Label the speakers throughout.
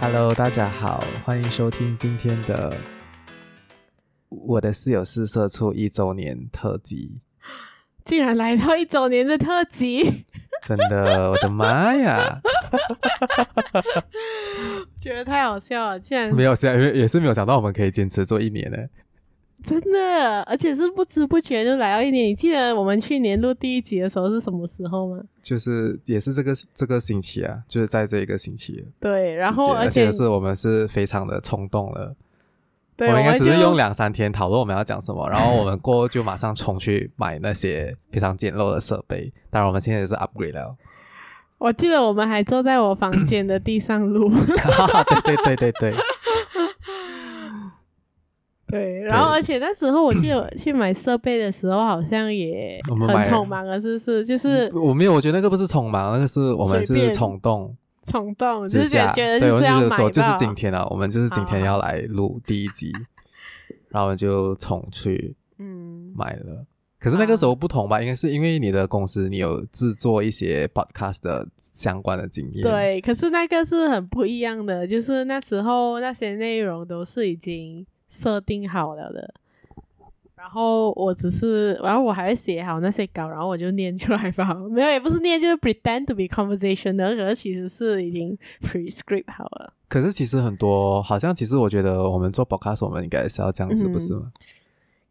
Speaker 1: Hello，大家好，欢迎收听今天的《我的室友是社畜》一周年特辑。
Speaker 2: 竟然来到一周年的特 辑，
Speaker 1: 真的，我的妈呀！
Speaker 2: 觉得太好笑了，竟 然
Speaker 1: 没有想，因为也是没有想到我们可以坚持做一年呢。
Speaker 2: 真的，而且是不知不觉就来到一年。你记得我们去年录第一集的时候是什么时候吗？
Speaker 1: 就是也是这个这个星期啊，就是在这一个星期的时间。
Speaker 2: 对，然后
Speaker 1: 而
Speaker 2: 且
Speaker 1: 是我们是非常的冲动了，
Speaker 2: 对，
Speaker 1: 我
Speaker 2: 我
Speaker 1: 们应该
Speaker 2: 们
Speaker 1: 只
Speaker 2: 就是
Speaker 1: 用两三天讨论我们要讲什么，然后我们过后就马上冲去买那些非常简陋的设备。当然，我们现在也是 upgrade 了。
Speaker 2: 我记得我们还坐在我房间的地 上录，
Speaker 1: 对对对对对，
Speaker 2: 对，然后而且那时候我记得我去买设备的时候好像也
Speaker 1: 我们买
Speaker 2: 很匆忙了，是不是？就是
Speaker 1: 我没有，我觉得那个不是匆忙，那个是我们
Speaker 2: 随便
Speaker 1: 是冲动
Speaker 2: 冲动，就
Speaker 1: 之
Speaker 2: 是
Speaker 1: 下。
Speaker 2: 觉得
Speaker 1: 对，
Speaker 2: 就
Speaker 1: 我
Speaker 2: 是要
Speaker 1: 就是
Speaker 2: 买到，
Speaker 1: 说，就是今天啊，我们就是今天
Speaker 2: 好
Speaker 1: 要来录第一集，然后我们就冲去
Speaker 2: 嗯，
Speaker 1: 买了。可是那个
Speaker 2: 啊
Speaker 1: 时候不同吧，应该是因为你的公司你有制作一些 podcast 的相关的经验。，
Speaker 2: 对，可是那个是很不一样的，就是那时候那些内容都是已经设定好了的，然后我只是，然后我还会写好那些稿，然后我就念出来吧，没有，也不是念， 就是 pretend to be conversational，可是其实是已经 pre script 好了。
Speaker 1: 可是其实很多，好像其实我觉得我们做 podcast，我们应该是要这样子，
Speaker 2: 嗯
Speaker 1: 不是吗？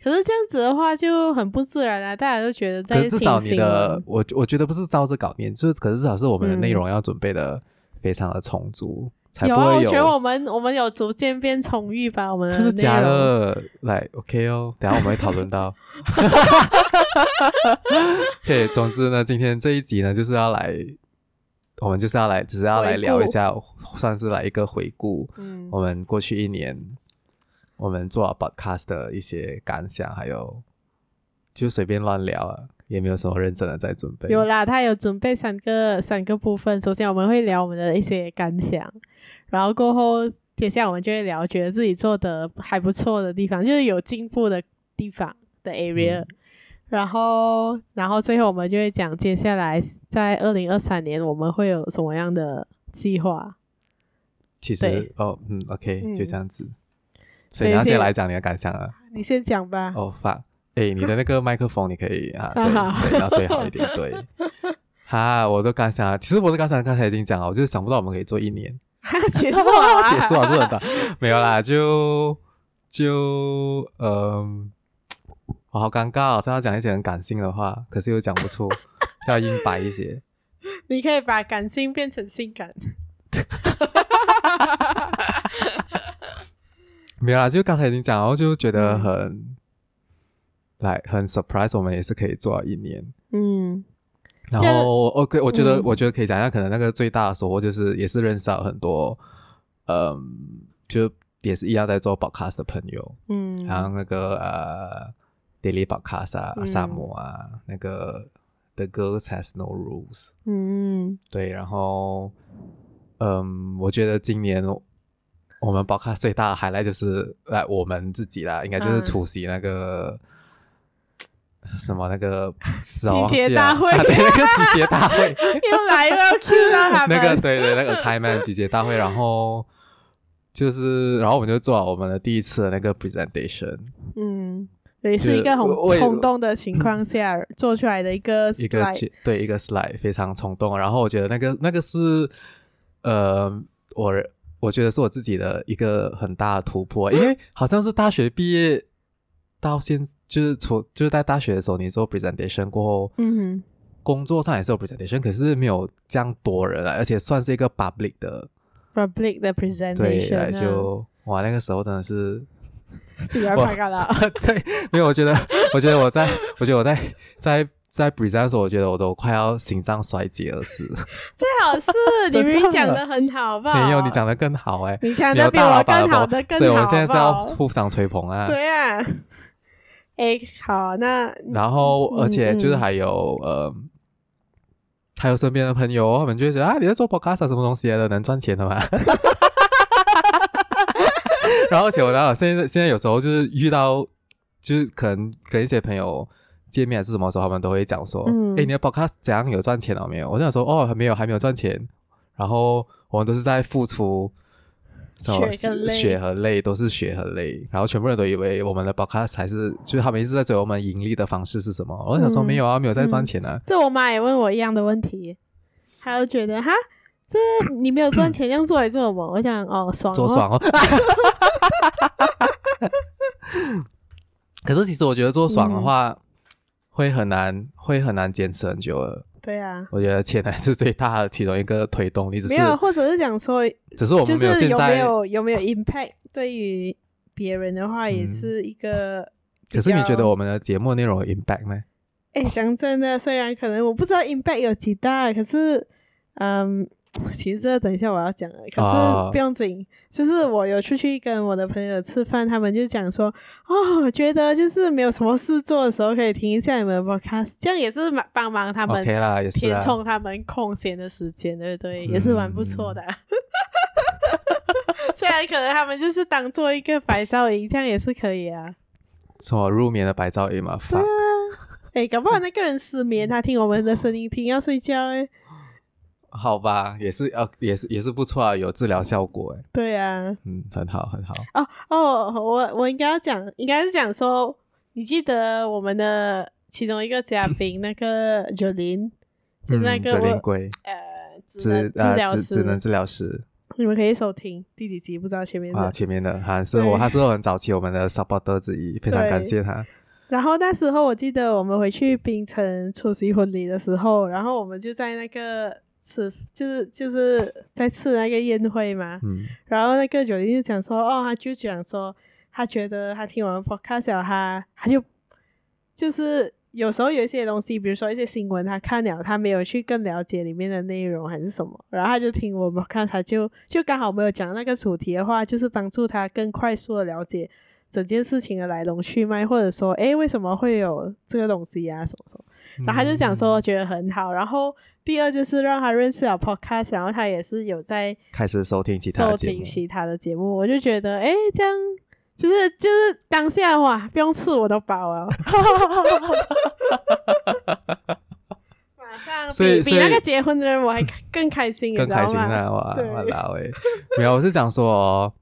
Speaker 2: 可是这样子的话就很不自然啊，大家都觉得
Speaker 1: 可
Speaker 2: 在
Speaker 1: 是至
Speaker 2: 听
Speaker 1: 少你
Speaker 2: 新
Speaker 1: 的
Speaker 2: 闻，
Speaker 1: 我我觉得不是照着稿念，就是可是至少是我们的内
Speaker 2: 嗯
Speaker 1: 容要准备的非常的充足，才不
Speaker 2: 有啊，
Speaker 1: 会
Speaker 2: 我觉得我们我们有逐渐变充裕吧，我们
Speaker 1: 真的
Speaker 2: 内
Speaker 1: 假
Speaker 2: 容
Speaker 1: 的？来，OK 哦，等一下我们会讨论 到。OK，总之呢，今天这一集呢，就是要来，我们就是要来，只是要来
Speaker 2: 回顾
Speaker 1: 聊一下，算是来一个回顾
Speaker 2: 嗯
Speaker 1: 我们过去一年我们做 podcast 的一些感想，还有就随便乱聊啊，也没有什么认真的在准备。
Speaker 2: 有啦，他有准备三个三个部分。首先我们会聊我们的一些感想，然后过后接下来我们就会聊觉得自己做的还不错的地方，就是有进步的地方的 area。然
Speaker 1: 嗯
Speaker 2: 后，然后最后我们就会讲接下来在二零二三年我们会有什么样的计划。
Speaker 1: 其实
Speaker 2: 对
Speaker 1: 哦，嗯，OK，
Speaker 2: 嗯
Speaker 1: 就这样子。所
Speaker 2: 所
Speaker 1: 以
Speaker 2: 以
Speaker 1: 你要先
Speaker 2: 先
Speaker 1: 来讲你的感想啊。
Speaker 2: 你先讲吧。
Speaker 1: 哦、f u c k 哎、你的那个麦克风你可以啊，对
Speaker 2: 好
Speaker 1: 对，要对好一点，对。哈，我都刚想，其实我都刚想，刚才已经讲了，我就是想不到我们可以做一年，
Speaker 2: 结束了啊，
Speaker 1: 结束了，真的没有啦，就就嗯，我好尴尬、哦，像要讲一些很感性的话，可是又讲不出，就要硬掰一些。
Speaker 2: 你可以把感性变成性感。
Speaker 1: 没有啦，就刚才已经讲了，然后就觉得很、来很 surprise，我们也是可以做到一年。
Speaker 2: 嗯
Speaker 1: 然
Speaker 2: 这样
Speaker 1: 后，OK，我觉得，
Speaker 2: 嗯
Speaker 1: 我觉得可以讲一下，可能那个最大的收获就是，也是认识到很多，嗯，就也是一样在做 podcast 的朋友，
Speaker 2: 嗯，
Speaker 1: 还有那个呃，daily podcast 啊，
Speaker 2: 嗯
Speaker 1: 阿萨姆啊，那个 The Girls Has No Rules，
Speaker 2: 嗯，
Speaker 1: 对，然后，嗯，我觉得今年我们 podcast 最大的 highlight 就是，来我们自己啦，应该就是
Speaker 2: 嗯
Speaker 1: 出席那个。什么那个集
Speaker 2: 集结大 会
Speaker 1: 啊、对那个集结大会，
Speaker 2: 又来又要 Q 到他们。
Speaker 1: 那个对对，那个开曼集结大会，然后就是，然后我们就做了我们的第一次的那个 presentation，
Speaker 2: 嗯，也
Speaker 1: 就是
Speaker 2: 一个很
Speaker 1: 我也
Speaker 2: 冲动的情况下做出来的一个
Speaker 1: 一个
Speaker 2: slide。
Speaker 1: ge- 对一个 slide 非常冲动，然后我觉得那个那个是呃，我我觉得是我自己的一个很大的突破，因为好像是大学毕业到现，就是从就是在大学的时候，你做 presentation 过后，
Speaker 2: 嗯
Speaker 1: 工作上也是有 presentation，可是没有这样多人啊，而且算是一个 public 的，
Speaker 2: ，public 的
Speaker 1: 对，
Speaker 2: presentation
Speaker 1: 来
Speaker 2: 啊
Speaker 1: 就哇，那个时候真的是
Speaker 2: 自己要
Speaker 1: 我
Speaker 2: 拍 干了。
Speaker 1: 对，没有，我觉得， 我觉得我在，我觉得我在在在 present 的时候，我觉得我都快要心脏衰竭而死。
Speaker 2: 最好是你
Speaker 1: 真的
Speaker 2: 明明讲的很好，好不 好？
Speaker 1: 没有，你，讲的更好哎、
Speaker 2: 你讲
Speaker 1: 你有
Speaker 2: 的比
Speaker 1: 大
Speaker 2: 我
Speaker 1: 老板
Speaker 2: 更好
Speaker 1: 的风，
Speaker 2: 的更好，
Speaker 1: 所以我现在是要
Speaker 2: 好不好
Speaker 1: 互相吹捧啊。
Speaker 2: 对啊。 哎，好，那
Speaker 1: 然后，而且就是
Speaker 2: 嗯嗯
Speaker 1: 还有、呃，还有身边的朋友，他们就会觉得啊，你在做 podcast 啊什么东西来的，能赚钱的吗？ 然后，而且我当然现在现在有时候就是遇到，就是可能跟一些朋友见面还是什么时候，他们都会讲说，哎、
Speaker 2: 嗯
Speaker 1: 你的 podcast 怎样有赚钱了没有？我就想说，哦，还没有，还没有赚钱。然后我们都是在付出， so,
Speaker 2: 血跟泪
Speaker 1: 血和泪都是血和泪，然后全部人都以为我们的 podcast 还是就是他们一直在追我们盈利的方式是什么，我想说
Speaker 2: 嗯
Speaker 1: 没有啊，没有在赚
Speaker 2: 嗯
Speaker 1: 钱啊，
Speaker 2: 这我妈也问我一样的问题，她就觉得哈，这你没有 赚钱，这样做来做什么？我想哦，爽、哦，
Speaker 1: 做爽哦。 可是其实我觉得做爽的话，
Speaker 2: 嗯
Speaker 1: 会很难，会很难坚持很久的。
Speaker 2: 对啊，
Speaker 1: 我觉得钱还是最大的其中一个推动力，只是
Speaker 2: 没有，或者是讲说，
Speaker 1: 只是我
Speaker 2: 就
Speaker 1: 们没有
Speaker 2: 是
Speaker 1: 现
Speaker 2: 有没
Speaker 1: 在。
Speaker 2: 有有没有 impact 对于别人的话，也
Speaker 1: 嗯
Speaker 2: 是一个比
Speaker 1: 可
Speaker 2: 较。
Speaker 1: 是你觉得我们的节目内容有 impact 吗？
Speaker 2: 哎，讲真的，虽然可能我不知道 impact 有几大，可是，嗯，其实这个等一下我要讲了，可
Speaker 1: 啊
Speaker 2: 是不用紧，就是我有出去跟我的朋友吃饭，他们就讲说，哦，觉得就是没有什么事做的时候，可以听一下你们的 podcast，这样也是蛮帮忙他们
Speaker 1: OK 啦，也是
Speaker 2: 填
Speaker 1: 啊。嗯
Speaker 2: 充他们空闲的时间，对不对？也是蛮不错的啊、 虽然可能他们就是当做一个白噪音，这样也是可以啊。
Speaker 1: 什么入眠的白噪音嘛？fuck
Speaker 2: 哎、搞不好那个人失眠，他听我们的声音听要睡觉哎、
Speaker 1: 好吧，也是呃，也是也是不错啊，有治疗效果哎，
Speaker 2: 对啊，
Speaker 1: 嗯，很好很好。
Speaker 2: 哦哦，我我应该要讲，应该是讲说，你记得我们的其中一个嘉宾那 个 Jolin，就是那个
Speaker 1: 嗯、
Speaker 2: 我、
Speaker 1: 林龟
Speaker 2: 呃治
Speaker 1: 治
Speaker 2: 治疗
Speaker 1: 呃
Speaker 2: 师，
Speaker 1: 职能治疗师
Speaker 2: 你们可以收听第几集，不知道前面的。
Speaker 1: 啊，前面的哈是
Speaker 2: 对
Speaker 1: 我，他是很早期我们的 supporter 之一，非常
Speaker 2: 对
Speaker 1: 感谢他。
Speaker 2: 然后那时候我记得我们回去槟城出席婚礼的时候，然后我们就在那个吃，就是就是在吃那个宴会嘛。
Speaker 1: 嗯，
Speaker 2: 然后那个九零就讲说，哦，他就讲说，他觉得他听我们 podcast 了，他他就就是有时候有一些东西，比如说一些新闻，他看了，他没有去更了解里面的内容还是什么，然后他就听我们 podcast，他就就刚好没有讲那个主题的话，就是帮助他更快速的了解整件事情的来龙去脉，或者说，诶，为什么会有这个东西啊，什么什么。然后他就讲说觉得很好，然后第二就是让他认识了 podcast，然后他也是有在。
Speaker 1: 开始收听其他
Speaker 2: 收
Speaker 1: 的节目
Speaker 2: 听，其他的节目，我就觉得，哎，这样就是就是当下哇，不用吃我啊都饱了，马上
Speaker 1: 所以
Speaker 2: 比比
Speaker 1: 所以
Speaker 2: 那个结婚的人 我还更开心，你
Speaker 1: 更
Speaker 2: 知
Speaker 1: 开
Speaker 2: 道
Speaker 1: 心
Speaker 2: 吗？
Speaker 1: 啊！哇
Speaker 2: 对
Speaker 1: 哇啦喂，没有，我是想说哦，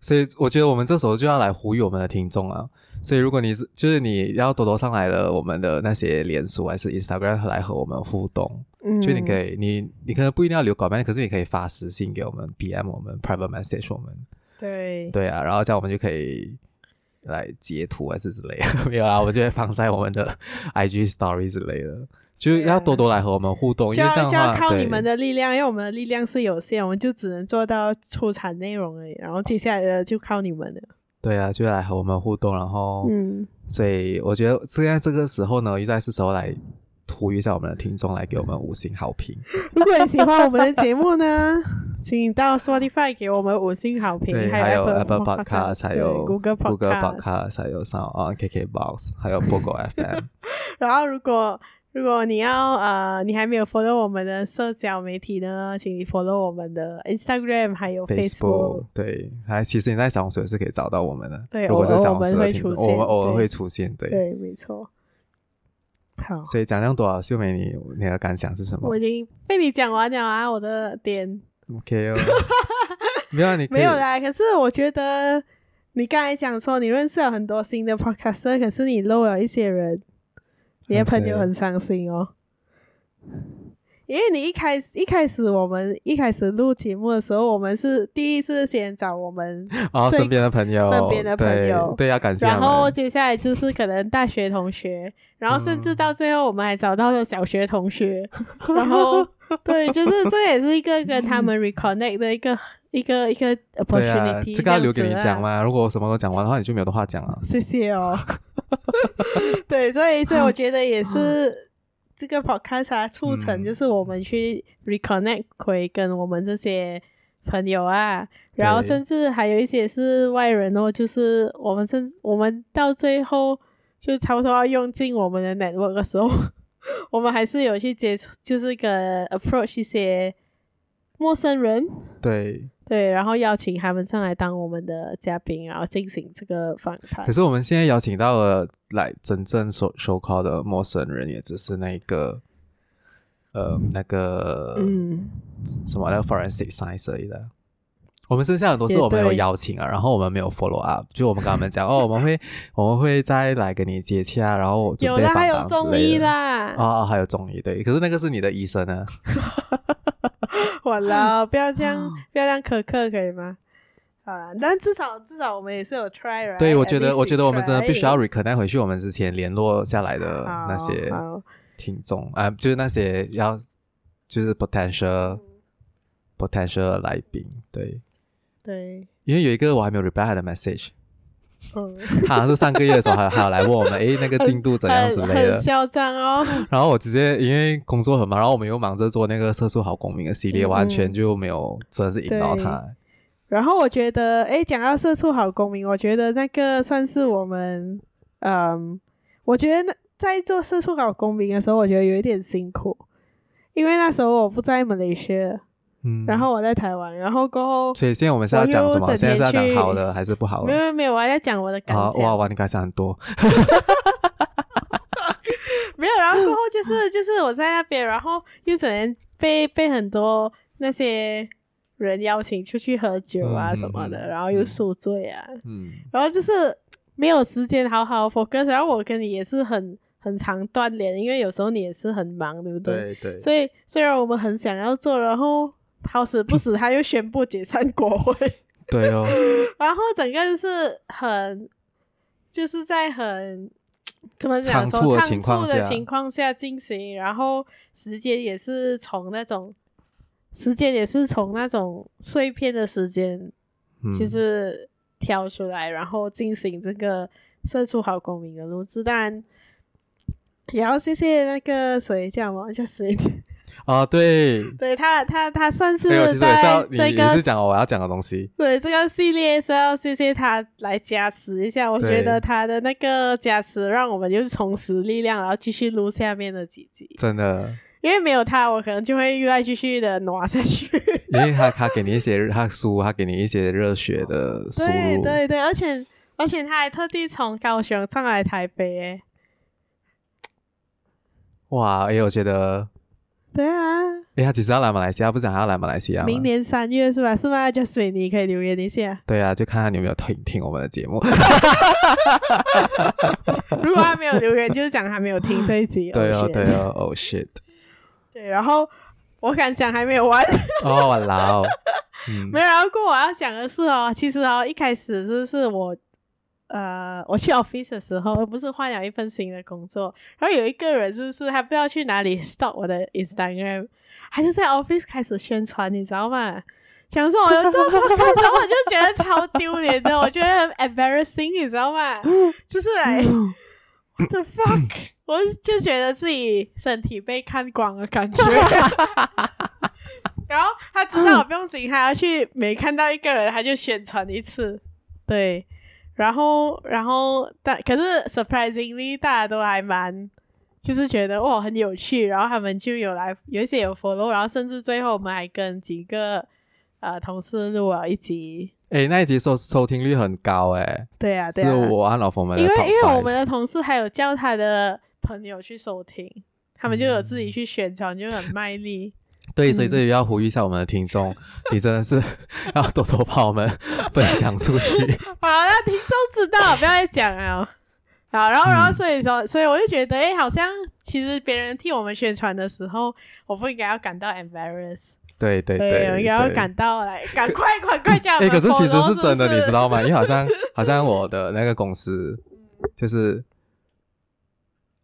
Speaker 1: 所以我觉得我们这时候就要来呼吁我们的听众啊。所以如果你是就是你要多多上来了我们的那些脸书还是 Instagram 来和我们互动，
Speaker 2: 嗯，
Speaker 1: 就你可以你你可能不一定要留稿面，可是你可以发私信给我们 PM 我们 private message 我们，
Speaker 2: 对
Speaker 1: 对啊，然后这样我们就可以。来截图还是之类的， 没有啦，我们就会放在我们的 IG Story 之类的，就是要多多来和我们互动，因
Speaker 2: 就
Speaker 1: 为
Speaker 2: 要
Speaker 1: 这样
Speaker 2: 就
Speaker 1: 的话，
Speaker 2: 要靠
Speaker 1: 对
Speaker 2: 你们的力量，因为我们的力量是有限，我们就只能做到出产内容而已，然后接下来的就靠你们了。
Speaker 1: 对啊，就来和我们互动，然后，
Speaker 2: 嗯，
Speaker 1: 所以我觉得现在这个时候呢，又在是时候来呼吁一下我们的听众，来给我们五星好评。
Speaker 2: 如果你喜欢我们的节目呢， 请到 Spotify 给我们五星好评，
Speaker 1: 对，
Speaker 2: 有
Speaker 1: 有
Speaker 2: Apple
Speaker 1: Podcast，
Speaker 2: Podcast，
Speaker 1: 还有
Speaker 2: 对 Google
Speaker 1: Google
Speaker 2: Podcast。
Speaker 1: Podcast，还有 Sound 啊 on KKBox，还有 Pogo FM。
Speaker 2: 然后如果如果你要呃，你还没有 follow 我们的社交媒体呢，请你 follow 我们的 Instagram 还有 Facebook
Speaker 1: Facebook。对，还其实你在小红书也是可以找到我们的。
Speaker 2: 对
Speaker 1: 如果是
Speaker 2: 偶尔
Speaker 1: 小
Speaker 2: 我
Speaker 1: 红
Speaker 2: 们
Speaker 1: 书的
Speaker 2: 会
Speaker 1: 听众，
Speaker 2: 出现
Speaker 1: 我们偶尔
Speaker 2: 对
Speaker 1: 会出现。对，
Speaker 2: 对，没错。好，
Speaker 1: 所以讲这样多少，秀美你你的感想是什么
Speaker 2: 我已经被你讲完了啊，我的点
Speaker 1: ？OK 哦， 没有啊，你可以
Speaker 2: 没有啦。可是我觉得你刚才讲说你认识了很多新的 podcaster，可是你漏了一些人，你的朋友很伤心哦。因为你一开始一开始我们一开始录节目的时候，我们是第一次先找 我们
Speaker 1: 哦，
Speaker 2: 最
Speaker 1: 身边的朋友，
Speaker 2: 身边的朋
Speaker 1: 对
Speaker 2: 友
Speaker 1: 对，要感谢他
Speaker 2: 然
Speaker 1: 们。
Speaker 2: 后接下来就是可能大学同学，然后甚
Speaker 1: 嗯
Speaker 2: 至到最后我们还找到了小学同学， 然后对，就是这也是一个跟他们 reconnect 的一个一个一个
Speaker 1: 对啊
Speaker 2: opportunity、，
Speaker 1: 这个要留给你讲
Speaker 2: 吗？
Speaker 1: 嘛。如果我什么都讲完的话，你就没有的话讲 了。
Speaker 2: 谢谢哦。对，所以所以我觉得也是这个 podcast 啊促成
Speaker 1: 嗯
Speaker 2: 就是我们去 reconnect 回跟我们这些朋友啊，然后
Speaker 1: 对
Speaker 2: 甚至还有一些是外人哦，就是我们甚我们到最后就差不多要用尽我们的 network 的时候， 我们还是有去接触，就是跟 approach 一些陌生人。
Speaker 1: 对，
Speaker 2: 对，然后邀请他们上来当我们的嘉宾，然后进行这个访谈
Speaker 1: 可。是我们现在邀请到了来真正收收 call 的陌生人，也只是那个呃那个
Speaker 2: 嗯，
Speaker 1: 呃什么那个 forensic science 而已的。我们剩下很多是
Speaker 2: 也
Speaker 1: 我们有
Speaker 2: 对
Speaker 1: 邀请啊，然后我们没有 follow up，就我们跟他们讲哦，我们会 我们会再来跟你接洽，然后准
Speaker 2: 有
Speaker 1: 备
Speaker 2: 啦，
Speaker 1: 访
Speaker 2: 还有
Speaker 1: 谈之
Speaker 2: 中
Speaker 1: 类
Speaker 2: 医
Speaker 1: 的。
Speaker 2: 啦，
Speaker 1: 啊、啊还有中医对，可是那个是你的医生啊，
Speaker 2: 我了，不要这样，不要这样苛刻，可以吗？好啦，但至少至少我们也是有 try 了。
Speaker 1: 对我觉得我觉得我们真的必须要
Speaker 2: try
Speaker 1: reconnect 回去我们之前联络下来的那些
Speaker 2: 哎
Speaker 1: 哦
Speaker 2: 好好
Speaker 1: 听众啊、就是那些要就是 potential potential 来宾对，
Speaker 2: 对，
Speaker 1: 因为有一个我还没有 reply 他的 message，
Speaker 2: 嗯，
Speaker 1: 他好像是上个月的时候还还有来问 我们，诶，那个进度怎样之类
Speaker 2: 嗯很
Speaker 1: 的
Speaker 2: 很。嚣张哦。
Speaker 1: 然后我直接因为工作很忙，然后我们又忙着做那个《色素好公民》的系列，
Speaker 2: 嗯
Speaker 1: 完全就没有真的是引导他。
Speaker 2: 然后我觉得，哎，讲到社畜好公民，我觉得那个算是我们，嗯，我觉得那在做社畜好公民的时候，我觉得有一点辛苦，因为那时候我不在马来西亚，
Speaker 1: 嗯，
Speaker 2: 然后我在台湾，然后过后
Speaker 1: 所以现在我们是要讲什么
Speaker 2: 我？又
Speaker 1: 现在
Speaker 2: 整天
Speaker 1: 是要讲
Speaker 2: 去
Speaker 1: 好的还是不好
Speaker 2: 没
Speaker 1: 的？
Speaker 2: 有没有，我还在讲我的感
Speaker 1: 啊，
Speaker 2: 想。
Speaker 1: 哇哇，你感想很多。
Speaker 2: 没有，然后过后就是 就是我在那边，然后又只能被被很多那些人邀请出去喝酒啊
Speaker 1: 嗯
Speaker 2: 什么的，
Speaker 1: 嗯
Speaker 2: 然后又宿醉啊，
Speaker 1: 嗯，
Speaker 2: 然后就是没有时间好好 focus。然后我跟你也是很很常断联，因为有时候你也是很忙，对不对？
Speaker 1: 对
Speaker 2: 所以虽然我们很想要做，然后好死不死他又宣布解散国会，
Speaker 1: 对 哦，
Speaker 2: 然后整个就是很，就是在很怎么讲
Speaker 1: 仓
Speaker 2: 说
Speaker 1: 促的
Speaker 2: 仓
Speaker 1: 情况
Speaker 2: 促的
Speaker 1: 下
Speaker 2: 情况下进行，然后时间也是从那种时间也是从那种碎片的时间，
Speaker 1: 嗯
Speaker 2: 其实挑出来，然后进行这个社畜好公民的录制，当然。也要谢谢那个谁 叫我 Jasmine，
Speaker 1: 啊，对，
Speaker 2: 对他，他他算是
Speaker 1: 没有，其实也是要
Speaker 2: 在
Speaker 1: 你
Speaker 2: 这
Speaker 1: 也
Speaker 2: 个
Speaker 1: 是讲我要讲的东西。
Speaker 2: 对这个系列是要谢谢他来加持一下，我
Speaker 1: 对
Speaker 2: 觉得他的那个加持让我们就是重拾力量，然后继续录下面的几集。
Speaker 1: 真 的，
Speaker 2: 因为没有他，我可能就会又再继续的挪下去。
Speaker 1: 因为他他给你一些他输，他给你一些热血的输
Speaker 2: 对
Speaker 1: 入，
Speaker 2: 对对，而且而且他还特地从高雄上来台北欸耶。
Speaker 1: 哇！哎，我觉得，
Speaker 2: 对啊，
Speaker 1: 哎，他几时要来马来西亚？不是讲他要来马来西亚吗？
Speaker 2: 明年三月是吧？是吗？Justin，你可以留言一下。
Speaker 1: 对啊，就看看你有没有听听我们的节目。
Speaker 2: 如果他没有留 言，就是讲他没有听这一集。
Speaker 1: 对
Speaker 2: 哦
Speaker 1: 哦，
Speaker 2: shit
Speaker 1: 对哦，Oh shit！
Speaker 2: 对，然后我敢想还没有完。
Speaker 1: 哦，我老， 嗯
Speaker 2: 没有，然后过我要讲的是哦，其实哦，一开始就是我，呃，我去 office 的时候，不是换了一份新的工作，然后有一个人就是他不知道去哪里 stalk 我的 Instagram，他就在 office 开始宣传，你知道吗？讲说我有做 podcast，然后我就觉得超丢脸的，我觉得很 embarrassing，你知道吗？就是哎、w h a t the fuck，我就觉得自己身体被看光的感觉。然后他知道我不用紧，他要去每看到一个人，他就宣传一次，对。然后，然后，但可是 surprisingly，大家都还蛮，就是觉得哇很有趣，然后他们就有来，有一些有 follow，然后甚至最后我们还跟几个呃同事录了一集，
Speaker 1: 哎，那一集收收听率很高哎，
Speaker 2: 对啊，对
Speaker 1: 是
Speaker 2: 啊，
Speaker 1: 我和老冯们的
Speaker 2: 因为
Speaker 1: top
Speaker 2: 因为我
Speaker 1: five
Speaker 2: 们的同事还有叫他的朋友去收听，他们就有自己去宣传，就很卖力。
Speaker 1: 对，
Speaker 2: 嗯
Speaker 1: 所以这里要呼吁一下我们的听众，你真的是 要多多帮我们分享出 去。
Speaker 2: 好了，听众知道，不要再讲了。好，然后，然后，所以
Speaker 1: 嗯
Speaker 2: 说，所以我就觉得，哎、好像其实别人替我们宣传的时候，我不应该要感到 embarrassed，
Speaker 1: 对对
Speaker 2: 我
Speaker 1: 对，
Speaker 2: 应该要
Speaker 1: 对
Speaker 2: 感到来，赶快，赶快叫我
Speaker 1: 哎，
Speaker 2: 们
Speaker 1: 可
Speaker 2: follow,
Speaker 1: 是其实是真的，
Speaker 2: 是不是
Speaker 1: 你知道吗？因为好像 好像我的那个公司，就是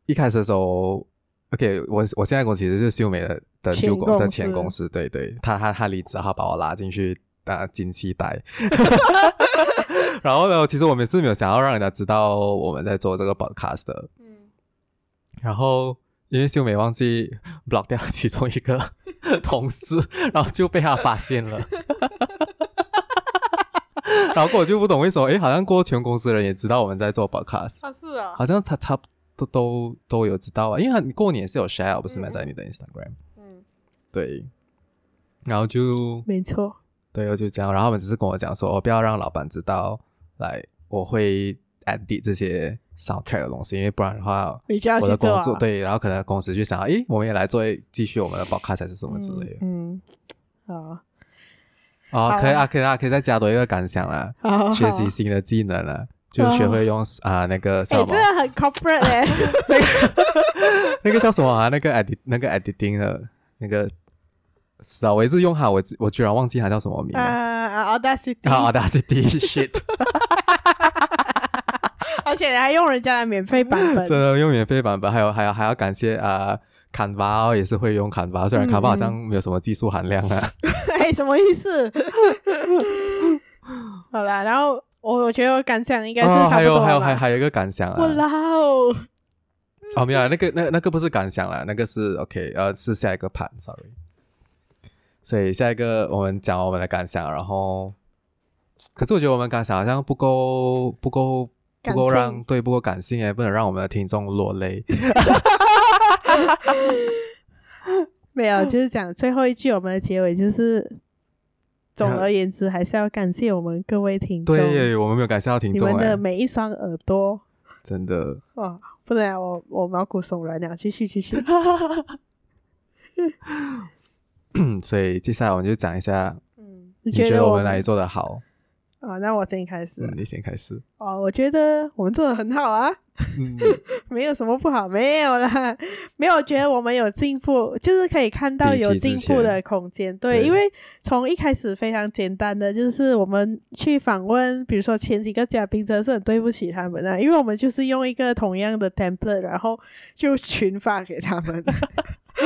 Speaker 1: 一开始的时候，OK，我我现在公司其实是秀美的的
Speaker 2: 前
Speaker 1: 旧公的
Speaker 2: 公
Speaker 1: 前
Speaker 2: 司
Speaker 1: 公司，对对，他他他离职，他把我拉进去打金期待。 然后呢，其实我们是没有想要让人家知道我们在做这个 podcast 的，
Speaker 2: 嗯
Speaker 1: 然后因为秀美忘记 block 掉其中一个 同事，然后就被他发现了。然后我就不懂为什么，诶，好像过后全公司人也知道我们在做 podcast，
Speaker 2: 啊，是哦，
Speaker 1: 好像他他都都都有知道啊，因为他过年也是有 share 不是吗？
Speaker 2: 嗯
Speaker 1: 在你的 Instagram
Speaker 2: 嗯，
Speaker 1: 对，然后就
Speaker 2: 没错，
Speaker 1: 对，我就这样，然后他们只是跟我讲说，哦，不要让老板知道，来我会 edit 这些 soundtrack 的东西，因为不然的话
Speaker 2: 你就要
Speaker 1: 我
Speaker 2: 去
Speaker 1: 的
Speaker 2: 做、
Speaker 1: 工
Speaker 2: 啊，
Speaker 1: 作，对，然后可能公司就想，诶，我们也来做继续我们的 podcast 还是什么之类的。
Speaker 2: 嗯嗯，嗯好，
Speaker 1: 哦
Speaker 2: 好，
Speaker 1: 可以
Speaker 2: 啊哦
Speaker 1: 啊，可以啊，可以再加多一个感想啦，
Speaker 2: 好啊好
Speaker 1: 学
Speaker 2: 好
Speaker 1: 习新的技能了，就学会用啊、那个什
Speaker 2: 哎、
Speaker 1: 么
Speaker 2: 这，个很 corporate 哎、
Speaker 1: 那个叫什么啊？那个 edit 那个 editing 的那个，是啊，我一直用它，我我居然忘记它叫什么名了。
Speaker 2: 呃，Audacity，、
Speaker 1: 啊 Audacity shit，
Speaker 2: 而且你还用人家的免费版 本
Speaker 1: 真，的用免费版本，还有还有还要感谢啊、砍 Canva 哦也是会用 Canva，虽然
Speaker 2: 嗯
Speaker 1: Canva 好像
Speaker 2: 嗯
Speaker 1: 没有什么技术含量啊。
Speaker 2: 哎，什么意思？好啦，然后我我觉得我感想应该是
Speaker 1: 哦，
Speaker 2: 差
Speaker 1: 还
Speaker 2: 不多
Speaker 1: 有还
Speaker 2: 了
Speaker 1: 有还
Speaker 2: 吧。
Speaker 1: 还有一个感想啊
Speaker 2: 我，啦哦，
Speaker 1: 哦没有啊，那个那那个不是感想啦，那个是 OK 呃是下一个盘，sorry。所以下一个我们讲我们的感想，然后，可是我觉得我们感想好像不够不够不够
Speaker 2: 感性
Speaker 1: 让对不够感性哎，不能让我们的听众落泪。
Speaker 2: 没
Speaker 1: 嗯
Speaker 2: 有，就是讲最后一句，我们的结尾就是，总而言之，还是要感谢我们各位听众，
Speaker 1: 对耶，我们没有感谢到听
Speaker 2: 你
Speaker 1: 众
Speaker 2: 们
Speaker 1: 哎
Speaker 2: 的，每一双耳朵，
Speaker 1: 真的。
Speaker 2: 哦，不能啊，我我毛骨悚然了，继续继续，
Speaker 1: 嗯，所以接下来我们就讲一下，
Speaker 2: 嗯，
Speaker 1: 你
Speaker 2: 你
Speaker 1: 觉
Speaker 2: 得
Speaker 1: 得我
Speaker 2: 我
Speaker 1: 们哪里做的好？
Speaker 2: 哦，那我先开始啊、
Speaker 1: 嗯，你先开始。
Speaker 2: 哦，我觉得我们做的很好啊，
Speaker 1: 嗯，
Speaker 2: 没有什么不好，没有啦，没有觉得我们有进步，就是可以看到有进步的空间。对，
Speaker 1: 对
Speaker 2: 因为从一开始非常简单的，就是我们去访问，比如说前几个嘉宾，真的是很对不起他们啊，因为我们就是用一个同样的 template，然后就群发给他们，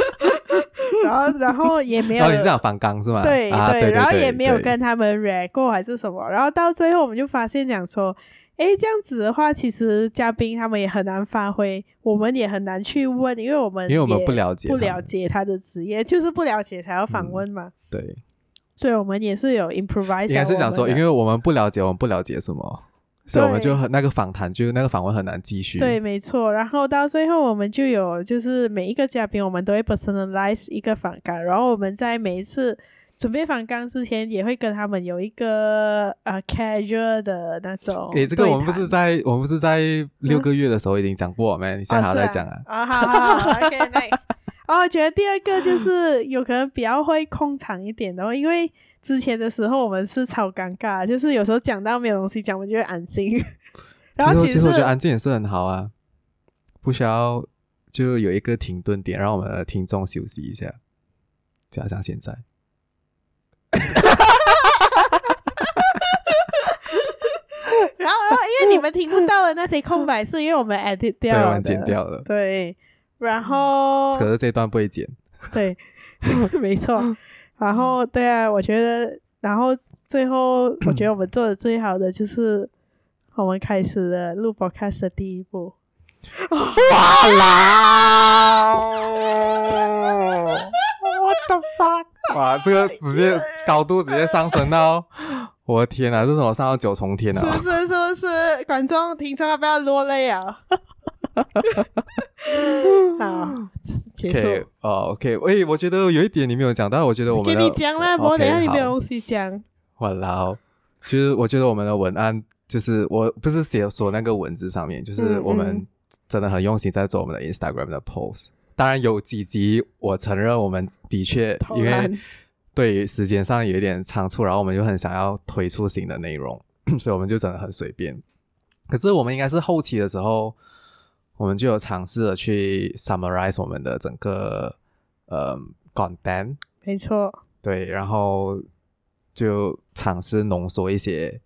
Speaker 2: 然后然后也没有
Speaker 1: 然哦后你是想反刚是吗？
Speaker 2: 对、
Speaker 1: 啊、对对，
Speaker 2: 然后
Speaker 1: 对
Speaker 2: 也没有
Speaker 1: 对
Speaker 2: 跟他们 r e 过还是什么，然后到最后我们就发现讲说，诶，这样子的话，其实嘉宾他们也很难发挥，我们也很难去问，因为我们
Speaker 1: 因为我们
Speaker 2: 也
Speaker 1: 不了解
Speaker 2: 不
Speaker 1: 他
Speaker 2: 了
Speaker 1: 们
Speaker 2: 解他的职业，就是不了解才要访问嘛，
Speaker 1: 对，
Speaker 2: 所以我们也是有 improvise 啊。
Speaker 1: 应该是想
Speaker 2: 我
Speaker 1: 说，
Speaker 2: 们
Speaker 1: 因
Speaker 2: 的
Speaker 1: 为我们不了解，我们不了解什么，所以我们
Speaker 2: 对
Speaker 1: 就很那个访谈，就那个访问很难继续。
Speaker 2: 对，，没错。然后到最后，我们就有就是每一个嘉宾，我们都会 personalize 一个访纲，然后我们在每一次准备访纲之前，也会跟他们有一个呃 casual 的那种
Speaker 1: 诶，
Speaker 2: 对谈。嗯
Speaker 1: 这个我们不是在我们不是在六个月的时候已经讲过没？你现在
Speaker 2: 哦
Speaker 1: 还要
Speaker 2: 是
Speaker 1: 再
Speaker 2: 啊
Speaker 1: 讲啊？
Speaker 2: 啊、好好好 ，OK nice。哦，我觉得第二个就是有可能比较会控场一点的哦，因为之前的时候我们是超尴尬，就是有时候讲到没有东西讲，我们就会安静。 然后
Speaker 1: 其实
Speaker 2: 是
Speaker 1: 我觉得安静也是很好啊，不需要就有一个停顿点，让我们的听众休息一下，加上现在。
Speaker 2: 然后，然后因为你们听不到的那些空白，是因为我 们
Speaker 1: 对，
Speaker 2: edit 掉
Speaker 1: 我
Speaker 2: 了哦
Speaker 1: 们
Speaker 2: 的，
Speaker 1: 剪掉了。
Speaker 2: 对，然后
Speaker 1: 可是这段不会剪，
Speaker 2: 对， 没错。然后对啊，我觉得，然后最后，我觉得我们做的最好的就是我们开始了录 podcast 的第一步。
Speaker 1: 哇啦！What the fuck！哇， 这个直接高度直接上升 到，我的天啊，这怎么上到九重天
Speaker 2: 是
Speaker 1: 啊？
Speaker 2: 不 是？是不是？观众、听众要不要落 泪啊？好，结
Speaker 1: OK，
Speaker 2: 束。
Speaker 1: 哦，OK，喂，我觉得有一点你没有讲到，我觉得我们
Speaker 2: 给
Speaker 1: 的
Speaker 2: 你讲啦，
Speaker 1: 我
Speaker 2: 不，等一下你没有。
Speaker 1: OK，好
Speaker 2: 东西讲。
Speaker 1: 哇啦！其实我觉得我们的文案就是我不是写说那个文字上面，就是
Speaker 2: 嗯
Speaker 1: 我们
Speaker 2: 嗯
Speaker 1: 真的很用心在做我们的 Instagram 的 post。当然有几集，我承认我们的确
Speaker 2: 偷
Speaker 1: 因为
Speaker 2: 懒
Speaker 1: 对于时间上有一点仓促，然后我们就很想要推出新的内容， 所以我们就真的很随便。可是我们应该是后期的时候，我们就有尝试的去 summarize 我们的整个呃 content，
Speaker 2: 没错，
Speaker 1: 对，然后就尝试浓缩一些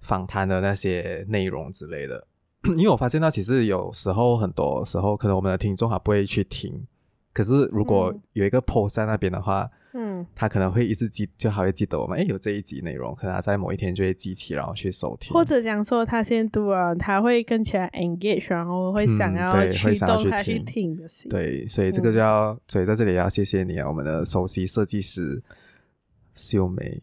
Speaker 1: 访谈的那些内容之类的。 因为我发现到，其实有时候很多时候，可能我们的听众还不会去听，可是如果
Speaker 2: 嗯
Speaker 1: 有一个 post 在那边的话，
Speaker 2: 嗯，
Speaker 1: 他可能会一直记，就还会记得我们，哎，有这一集内容，可能他在某一天就会记起，然后去收听，
Speaker 2: 或者讲说他先读完，他会更起来 engage，然后会想
Speaker 1: 嗯
Speaker 2: 要
Speaker 1: 对
Speaker 2: 驱
Speaker 1: 会想要
Speaker 2: 动
Speaker 1: 去
Speaker 2: 他去
Speaker 1: 听
Speaker 2: 听的心。
Speaker 1: 对，所以这
Speaker 2: 嗯
Speaker 1: 个就要，所以在这里也要谢谢你啊，我们的首席设计师秀梅，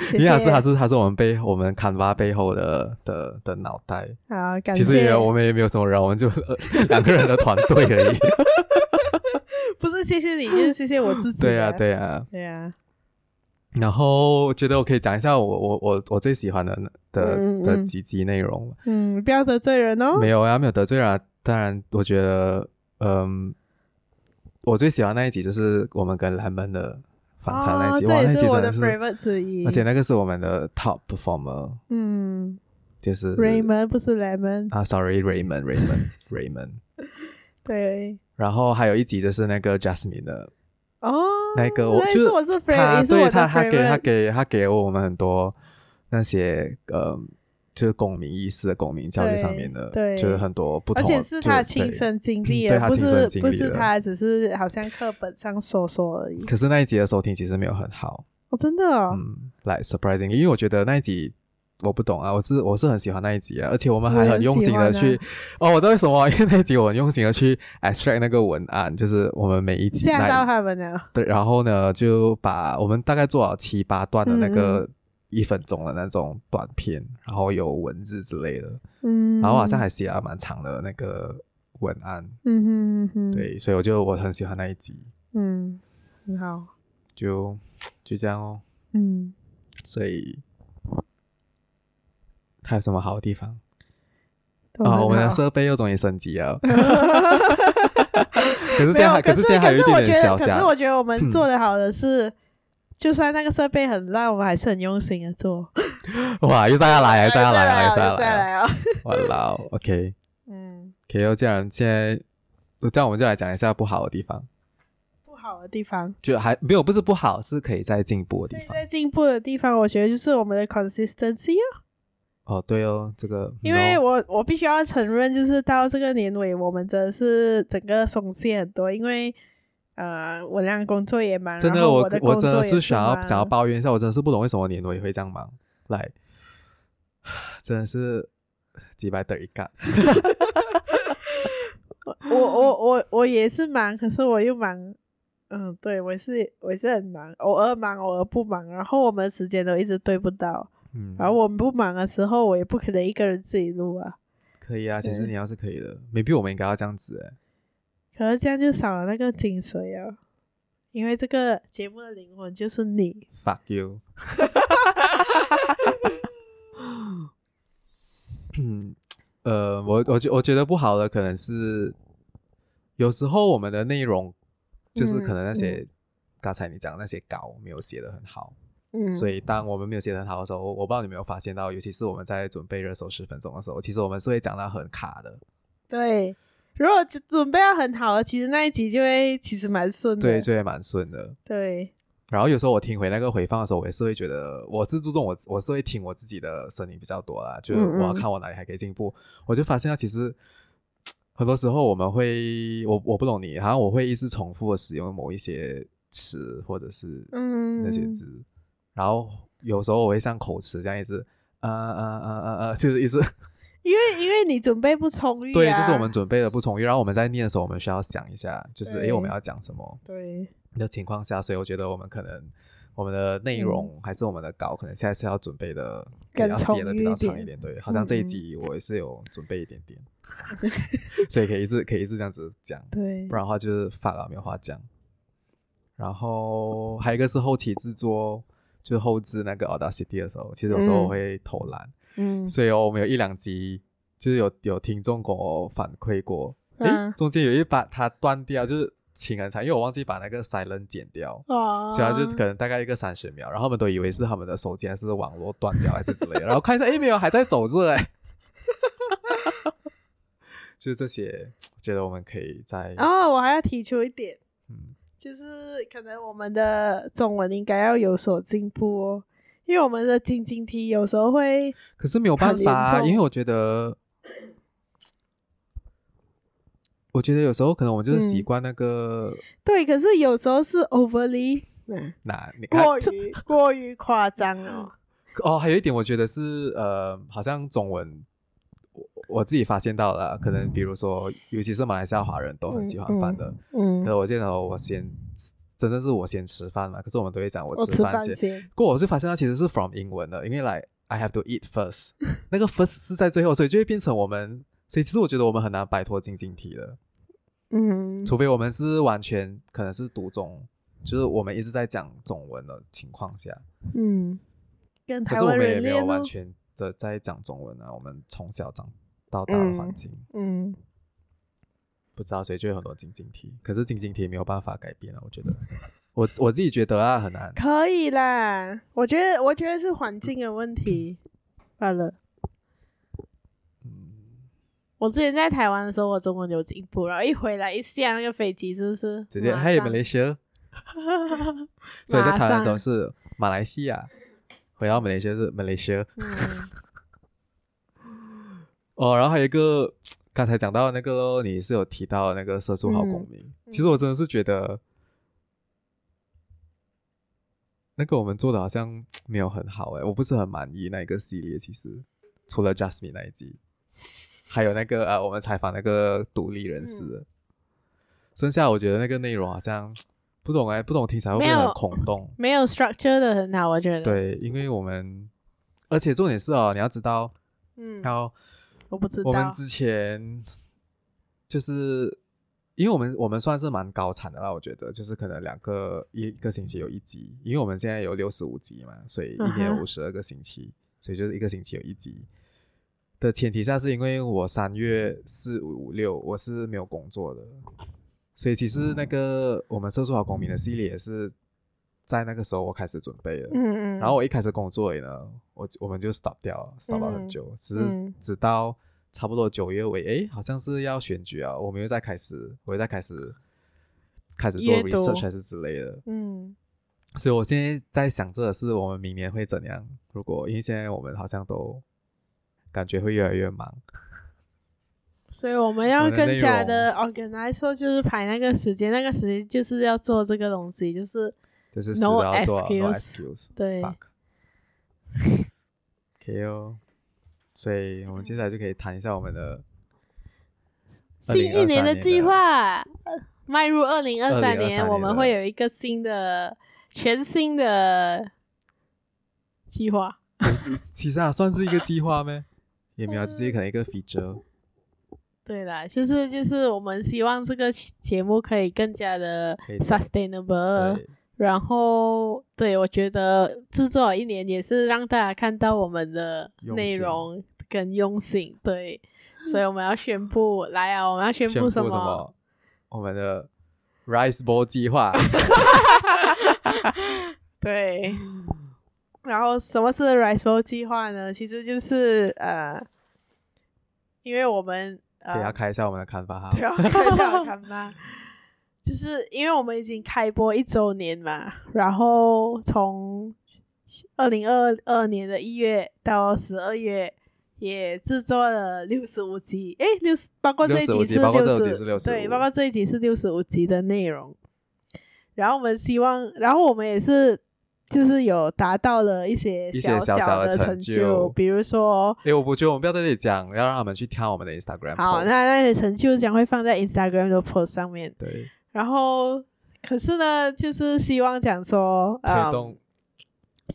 Speaker 2: 谢
Speaker 1: 因为他
Speaker 2: 谢。
Speaker 1: 是他是他是我们背我们砍伐背后的的的脑袋，
Speaker 2: 好，感
Speaker 1: 其实也
Speaker 2: 谢。
Speaker 1: 我们也没有什么人，我们就、呃两个人的团队 而已，
Speaker 2: 不是谢谢你，就是谢谢我自己。
Speaker 1: 对呀、对呀、
Speaker 2: 对啊，
Speaker 1: 然后我觉得我可以讲一下我我我我最喜欢的的
Speaker 2: 嗯嗯
Speaker 1: 的
Speaker 2: 嗯
Speaker 1: 几集内容，
Speaker 2: 嗯，不要得罪人哦。
Speaker 1: 没有啊，没有得罪人啊。当然，我觉得，嗯，我最喜欢那一集就是我们跟蓝门的访谈那一集，
Speaker 2: 哦、
Speaker 1: 哇，
Speaker 2: 这
Speaker 1: 那
Speaker 2: 也
Speaker 1: 一集
Speaker 2: 是我
Speaker 1: 真
Speaker 2: 的
Speaker 1: 的
Speaker 2: favorite 之一。
Speaker 1: 而且那个是我们的 top performer，
Speaker 2: 嗯
Speaker 1: 就是
Speaker 2: ，Raymond 不是 Lemon，、
Speaker 1: 啊，sorry Raymond Raymond Raymond，
Speaker 2: 对。
Speaker 1: 然后还有一集就是那个 Jasmine 的，
Speaker 2: 哦，
Speaker 1: 那个我
Speaker 2: 也
Speaker 1: 就是
Speaker 2: 我是 favorite，
Speaker 1: 他
Speaker 2: 也是我
Speaker 1: 对
Speaker 2: 的
Speaker 1: 他他给他
Speaker 2: favorite。
Speaker 1: 给他给我们很多那些呃，就是公民意识的公民教育上面的，
Speaker 2: 对对
Speaker 1: 就是很多不
Speaker 2: 而
Speaker 1: 同的，啊
Speaker 2: 且是他
Speaker 1: 就对
Speaker 2: 亲身经历
Speaker 1: 对
Speaker 2: 的，
Speaker 1: 他
Speaker 2: 不
Speaker 1: 亲身
Speaker 2: 是
Speaker 1: 经历
Speaker 2: 不
Speaker 1: 的
Speaker 2: 是他，只是好像课本上说说而已。
Speaker 1: 可是那一集的收听其实没有很好，
Speaker 2: 哦，真的哦，
Speaker 1: 嗯，来、surprising，因为我觉得那一集。我不懂啊，我是我是很喜欢那一集啊，而且我们还
Speaker 2: 我也
Speaker 1: 很用心的
Speaker 2: 很喜欢啊
Speaker 1: 去，哦，我知道为什么，因为那一集我很用心的去 extract 那个文案，就是我们每一集
Speaker 2: 吓
Speaker 1: 那一
Speaker 2: 到他们了。
Speaker 1: 对，然后呢，就把我们大概做好七八段的那
Speaker 2: 嗯
Speaker 1: 个一分钟的那种短片，然后有文字之类的，
Speaker 2: 嗯，
Speaker 1: 然后好像还写了蛮长的那个文案，
Speaker 2: 嗯哼嗯哼，，
Speaker 1: 对，所以我就我很喜欢那一集，
Speaker 2: 嗯，很好，
Speaker 1: 就就这样哦。
Speaker 2: 嗯，
Speaker 1: 所以还有什么好的地方
Speaker 2: 都
Speaker 1: 啊、
Speaker 2: 很
Speaker 1: 我们的
Speaker 2: 好
Speaker 1: 设备又终于升级 了，可是现在还
Speaker 2: 没有，
Speaker 1: 是
Speaker 2: 是
Speaker 1: 现在还有一
Speaker 2: 我
Speaker 1: 点
Speaker 2: 觉
Speaker 1: 点
Speaker 2: 得，
Speaker 1: 小嗯
Speaker 2: 可
Speaker 1: 瑕
Speaker 2: 是我觉得我们
Speaker 1: 嗯
Speaker 2: 做的好的是，就算那个设备很烂，我们还是很用心的做。
Speaker 1: 哇，又再要来，又啊再要来，又
Speaker 2: 再
Speaker 1: 再
Speaker 2: 来
Speaker 1: 要
Speaker 2: 哦，再
Speaker 1: 来
Speaker 2: 来哦。
Speaker 1: 啊，哇啦，OK。
Speaker 2: 嗯，
Speaker 1: KO 既然现在，这样我们就来讲一下不好的地方，
Speaker 2: 不好的地方，
Speaker 1: 就还没有不是不好，是可以再进步的地
Speaker 2: 对，
Speaker 1: 方。
Speaker 2: 在进步的地方，我觉得就是我们的 consistency 哦。
Speaker 1: 哦，对哦，这个
Speaker 2: 因为
Speaker 1: no
Speaker 2: 我我必须要承认，就是到这个年尾，我们真的是整个松懈很多，因为呃，文亮工作也忙，
Speaker 1: 真
Speaker 2: 然
Speaker 1: 的
Speaker 2: 后
Speaker 1: 我
Speaker 2: 我的
Speaker 1: 我
Speaker 2: 工
Speaker 1: 真
Speaker 2: 作
Speaker 1: 的
Speaker 2: 也
Speaker 1: 是想要
Speaker 2: 忙
Speaker 1: 想要抱怨一下，我真的是不懂为什么年尾会这样忙，来， 真的是几百的一干，
Speaker 2: 我我我我也是忙，可是我又忙，嗯，对我也是我也是很忙，偶尔忙，偶尔不忙，然后我们时间都一直对不到，
Speaker 1: 嗯，
Speaker 2: 然后我们不忙的时候，我也不可能一个人自己录啊，
Speaker 1: 可以啊，其实
Speaker 2: 对
Speaker 1: 你要是可以的，maybe 我们应该要这样子哎，
Speaker 2: 可是这样就少了那个精髓啊，因为这个节目的灵魂就是你，
Speaker 1: fuck you。嗯， 呃，我我觉我觉得不好的可能是，有时候我们的内容就是可能那些、刚才你讲的那些稿没有写的很好，
Speaker 2: 嗯，
Speaker 1: 所以当我们没有写的很好的时候，我不知道你有没有发现到，尤其是我们在准备热搜十分钟的时候，其实我们是会讲到很卡的，
Speaker 2: 对。如果就准备要很好了，其实那一集就会其实蛮顺的。
Speaker 1: 嗯对，就会蛮顺的。
Speaker 2: 对
Speaker 1: 然后有时候我听回那个回放的时候，我也是会觉得，我是注重我我是会听我自己的声音比较多啦，就是
Speaker 2: 嗯嗯
Speaker 1: 我要看我哪里还可以进步。我就发现到其实很多时候我们会，我我不懂你，好像我会一直重复的使用某一些词或者是
Speaker 2: 嗯，
Speaker 1: 那些字，然后有时候我会像口吃这样一直。呃呃呃呃呃，就是一直
Speaker 2: 因为因为你准备不充裕、啊，
Speaker 1: 对，就是我们准备的不充裕，然后我们在念的时候，我们需要想一下，就是
Speaker 2: 对
Speaker 1: 诶，我们要讲什么，
Speaker 2: 对，
Speaker 1: 的情况下，所以我觉得我们可能我们的内容还是我们的稿，可能下一次要准备的
Speaker 2: 嗯更
Speaker 1: 要写的比较长
Speaker 2: 充裕一嗯
Speaker 1: 一点。对，好像这一集我也是有准备一点 点，所以可以一直可以一直这样子讲，
Speaker 2: 对
Speaker 1: 不，然的话就是发了没有话讲。然后还有一个是后期制作，就是后置那个 Audacity 的时候，其实有时候
Speaker 2: 嗯
Speaker 1: 我会偷懒，
Speaker 2: 嗯，
Speaker 1: 所以哦，我们有一两集就是有有听众跟我反馈过，诶，
Speaker 2: 嗯
Speaker 1: 中间有一把它断掉，就是请很长，因为我忘记把那个 silent 剪掉。
Speaker 2: 哦，
Speaker 1: 所以它就可能大概一个三十秒，然后他们都以为是他们的手机还是网络断掉还是之类的，然后看一下，诶，没有，还在走着 哎。就是这些，我觉得我们可以再、
Speaker 2: 哦，我还要提出一点，
Speaker 1: 嗯，
Speaker 2: 就是可能我们的中文应该要有所进步哦，因为我们的晶晶体有时候会，
Speaker 1: 可是没有办
Speaker 2: 很
Speaker 1: 法
Speaker 2: 严
Speaker 1: 啊，
Speaker 2: 重
Speaker 1: 因为我觉得，我觉得有时候可能我们就是习
Speaker 2: 嗯
Speaker 1: 惯那个
Speaker 2: 对，可是有时候是 overly 嗯
Speaker 1: 哪、你看
Speaker 2: 过于过于夸张哦，
Speaker 1: 哦，还有一点，我觉得是呃，好像中文，我我自己发现到了，可能比如说，尤其是马来西亚华人都很喜欢饭的。可
Speaker 2: 嗯，
Speaker 1: 是我见到我先，真的是我先吃饭嘛，可是我们都会讲我
Speaker 2: 我
Speaker 1: 吃
Speaker 2: 吃
Speaker 1: 饭
Speaker 2: 饭
Speaker 1: 先。
Speaker 2: 先，
Speaker 1: 不过我是发现它其实是 from 英文的，因为 like I have to eat first，那 个 first 是在最后，所以就会变成我们。所以其实我觉得我们很难摆脱晶晶体的，
Speaker 2: 嗯，
Speaker 1: 除非我们是完全可能是读中，就是我们一直在讲中文的情况下。
Speaker 2: 嗯，跟
Speaker 1: 可
Speaker 2: 台
Speaker 1: 是我
Speaker 2: 湾
Speaker 1: 们也
Speaker 2: 人
Speaker 1: 没
Speaker 2: 练
Speaker 1: 有
Speaker 2: 哦
Speaker 1: 完，全的在讲中文啊，我们从小长到大的环境，
Speaker 2: 嗯，
Speaker 1: 不知道，所以就有很多情景题。可是情景题没有办法改变啊，我觉得， 我我自己觉得啊很难。
Speaker 2: 可以啦，我觉得我觉得是环境的问题罢了。我之前在台湾的时候，我中文有进步，然后一回来一下那个飞机，是不是？
Speaker 1: 直接
Speaker 2: 马
Speaker 1: 嘿
Speaker 2: 上
Speaker 1: 马来西亚， 所以在台湾总是马来西亚，回到马来西亚是马来西亚。
Speaker 2: 嗯，
Speaker 1: 哦，然后还有一个，刚才讲到那个咯，你是有提到那个社畜好
Speaker 2: 嗯
Speaker 1: 公民。其实我真的是觉得，那个我们做的好像没有很好哎，我不是很满意那一个系列。其实除了 Jasmine 那一集，还有那个呃，我们采访那个独立人士
Speaker 2: 嗯
Speaker 1: 的，剩下我觉得那个内容好像不懂哎，不懂听起来会不会
Speaker 2: 没
Speaker 1: 很
Speaker 2: 有
Speaker 1: 空洞？
Speaker 2: 没有 structure 的很好，我觉得。，
Speaker 1: 对，因为我们，而且重点是哦，你要知道，
Speaker 2: 嗯，
Speaker 1: 然后。
Speaker 2: 我不知
Speaker 1: 我们
Speaker 2: 道，
Speaker 1: 之前就是因为我们我们算是蛮高产的啦，我觉得就是可能两个一一个星期有一集，因为我们现在有六十五集嘛，所以一年
Speaker 2: 嗯
Speaker 1: 有
Speaker 2: 哼
Speaker 1: 五十二个星期，所以就是一个星期有一集。的前提下是因为我三月四五六我是没有工作的，所以其实
Speaker 2: 嗯
Speaker 1: 那个我们《社畜好公民》的系列也是在那个时候我开始准备的。
Speaker 2: 嗯嗯，
Speaker 1: 然后我一开始工作也呢，我我们就 stop 掉了，stop 了很
Speaker 2: 嗯
Speaker 1: 久，只是
Speaker 2: 嗯
Speaker 1: 直到差不多九月尾，诶，好像是要选举啊，我们又再开始，我又再开始开始做
Speaker 2: 阅读
Speaker 1: research 还是之类的。
Speaker 2: 嗯
Speaker 1: 所以我现在在想着的是，我们明年会怎样？如果因为现在我们好像都感觉会越来越忙，
Speaker 2: 所以我们要
Speaker 1: 我的内
Speaker 2: 更加的 organize，说就是排那个时间，那个时间就是要做这个东西，就是
Speaker 1: 就是死
Speaker 2: No
Speaker 1: 都要做 no
Speaker 2: excuse
Speaker 1: excuse，
Speaker 2: 对
Speaker 1: fuck。OK 哦，所以我们接下来就可以谈一下我们的
Speaker 2: 新一年的计划，呃迈入二零二
Speaker 1: 2023
Speaker 2: 三
Speaker 1: 年
Speaker 2: 年，
Speaker 1: 的
Speaker 2: 我们会有一个新的、全新的计划。
Speaker 1: 其实啊，算是一个计划咩？ 也没有，啊只是可能一个 feature。
Speaker 2: 对啦，就是就是我们希望这个节目可以更加的
Speaker 1: 可以的
Speaker 2: sustainable，
Speaker 1: 对，
Speaker 2: 然后对我觉得制作了一年也是让大家看到我们的
Speaker 1: 用
Speaker 2: 内
Speaker 1: 心
Speaker 2: 容跟用心，对，所以我们要宣布来啊，我们要宣
Speaker 1: 宣
Speaker 2: 布
Speaker 1: 布
Speaker 2: 什
Speaker 1: 什
Speaker 2: 么？
Speaker 1: 么？我们的 rice ball 计 划，
Speaker 2: 对，然后什么是 Rice Bowl 计划呢？其实就是呃，因为我们
Speaker 1: 等一下
Speaker 2: 呃，
Speaker 1: 开一下我们的看法哈。
Speaker 2: 对啊，看到看吧， 就是因为我们已经开播一周年嘛，然后从二零二二年的一月到十二月。也制作了六十五集，诶，六十包括这一
Speaker 1: 65
Speaker 2: 集
Speaker 1: 集
Speaker 2: 是
Speaker 1: 包括这一集
Speaker 2: 十，
Speaker 1: 是65
Speaker 2: 对，包括这一集是六十五集的内容。然后我们希望，然后我们也是，就是有达到了一些
Speaker 1: 一些
Speaker 2: 小
Speaker 1: 小小的
Speaker 2: 的
Speaker 1: 成
Speaker 2: 就，
Speaker 1: 就
Speaker 2: 比如说，
Speaker 1: 诶，我不觉得我们不要在这里讲，要让他们去看我们的 Instagram post。
Speaker 2: 好，那那些成就将会放在 Instagram 的 post 上面。
Speaker 1: 对
Speaker 2: 然后，可是呢，就是希望讲说，
Speaker 1: 推
Speaker 2: 呃，
Speaker 1: 动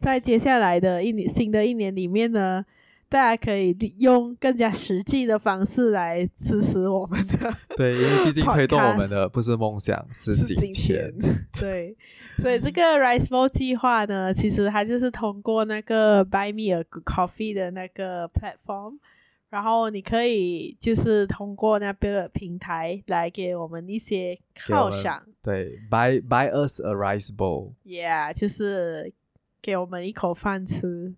Speaker 2: 在接下来的一年新的一年里面呢，大家可以利用更加实际的方式来支持我们的
Speaker 1: 对，因为毕竟
Speaker 2: podcast
Speaker 1: 推动我们的不是梦想，是
Speaker 2: 是
Speaker 1: 金
Speaker 2: 金钱。 对，所以这个 Rice Bowl 计划呢，其实它就是通过那个 Buy Me a Coffee 的那个 platform，然后你可以就是通过那个平台来给我们一些
Speaker 1: 给我
Speaker 2: 犒
Speaker 1: 们
Speaker 2: 赏。
Speaker 1: 对，buy buy us a rice bowl，
Speaker 2: Yeah，就是给我们一口饭吃。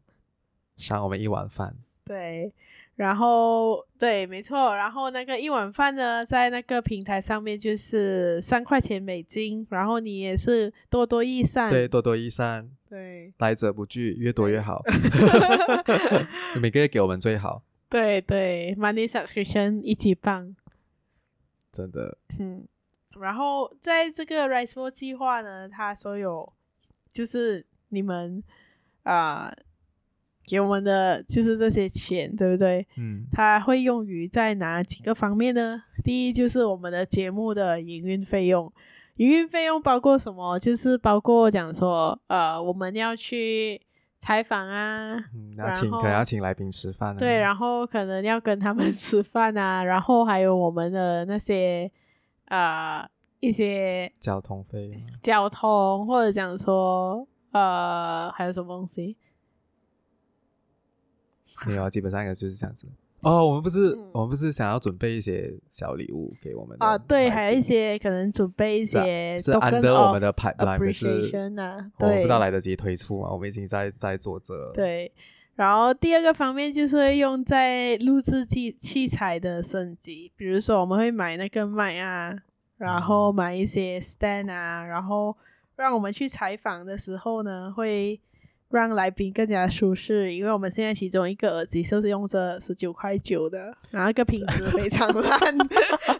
Speaker 1: 赏我们一碗饭。
Speaker 2: 对，然后对，没错，然后那个一碗饭呢，在那个平台上面就是三块钱美金，然后你也是多多益善。
Speaker 1: 对，多多益善，
Speaker 2: 对
Speaker 1: 来者不拒，越多越好。 每个月给我们最好，
Speaker 2: 对对，money subscription 一级棒。
Speaker 1: 真的。
Speaker 2: 嗯，然后在这个 Rice Bowl 计划呢，它所有就是你们啊、给我们的就是这些钱，对不对？
Speaker 1: 嗯，
Speaker 2: 它会用于在哪几个方面呢？第一就是我们的节目的营运费用，营运费用包括什么？就是包括讲说，呃，我们要去采访啊，
Speaker 1: 嗯，要
Speaker 2: 然
Speaker 1: 请可
Speaker 2: 后
Speaker 1: 能要请来宾吃饭、啊。
Speaker 2: 对，然后可能要跟他们 吃饭啊，然后还有我们的那些呃一些
Speaker 1: 交通费啊，
Speaker 2: 交通，或者讲说呃还有什么东西，
Speaker 1: 没有啊，基本上应该就是这样子。哦，我们不是、
Speaker 2: 嗯
Speaker 1: 我们不是想要准备一些小礼物给我们的
Speaker 2: 啊，对，
Speaker 1: 来
Speaker 2: 还有一些可能准备一
Speaker 1: 嗯是啊
Speaker 2: 些
Speaker 1: 是
Speaker 2: token
Speaker 1: under 我
Speaker 2: of
Speaker 1: 们的 pipeline，可是
Speaker 2: appreciation 啊，
Speaker 1: 我们
Speaker 2: 对
Speaker 1: 不知道来得及推出啊嘛，我们已经在在做这了。
Speaker 2: 对。然后第二个方面就是会用在录制器器材的升级，比如说我们会买那个麦啊，然后买一些 stand 啊，然后让我们去采访的时候呢，会让来宾更加舒适，因为我们现在其中一个耳机就是用着十九块九的，然后那个品质非常烂，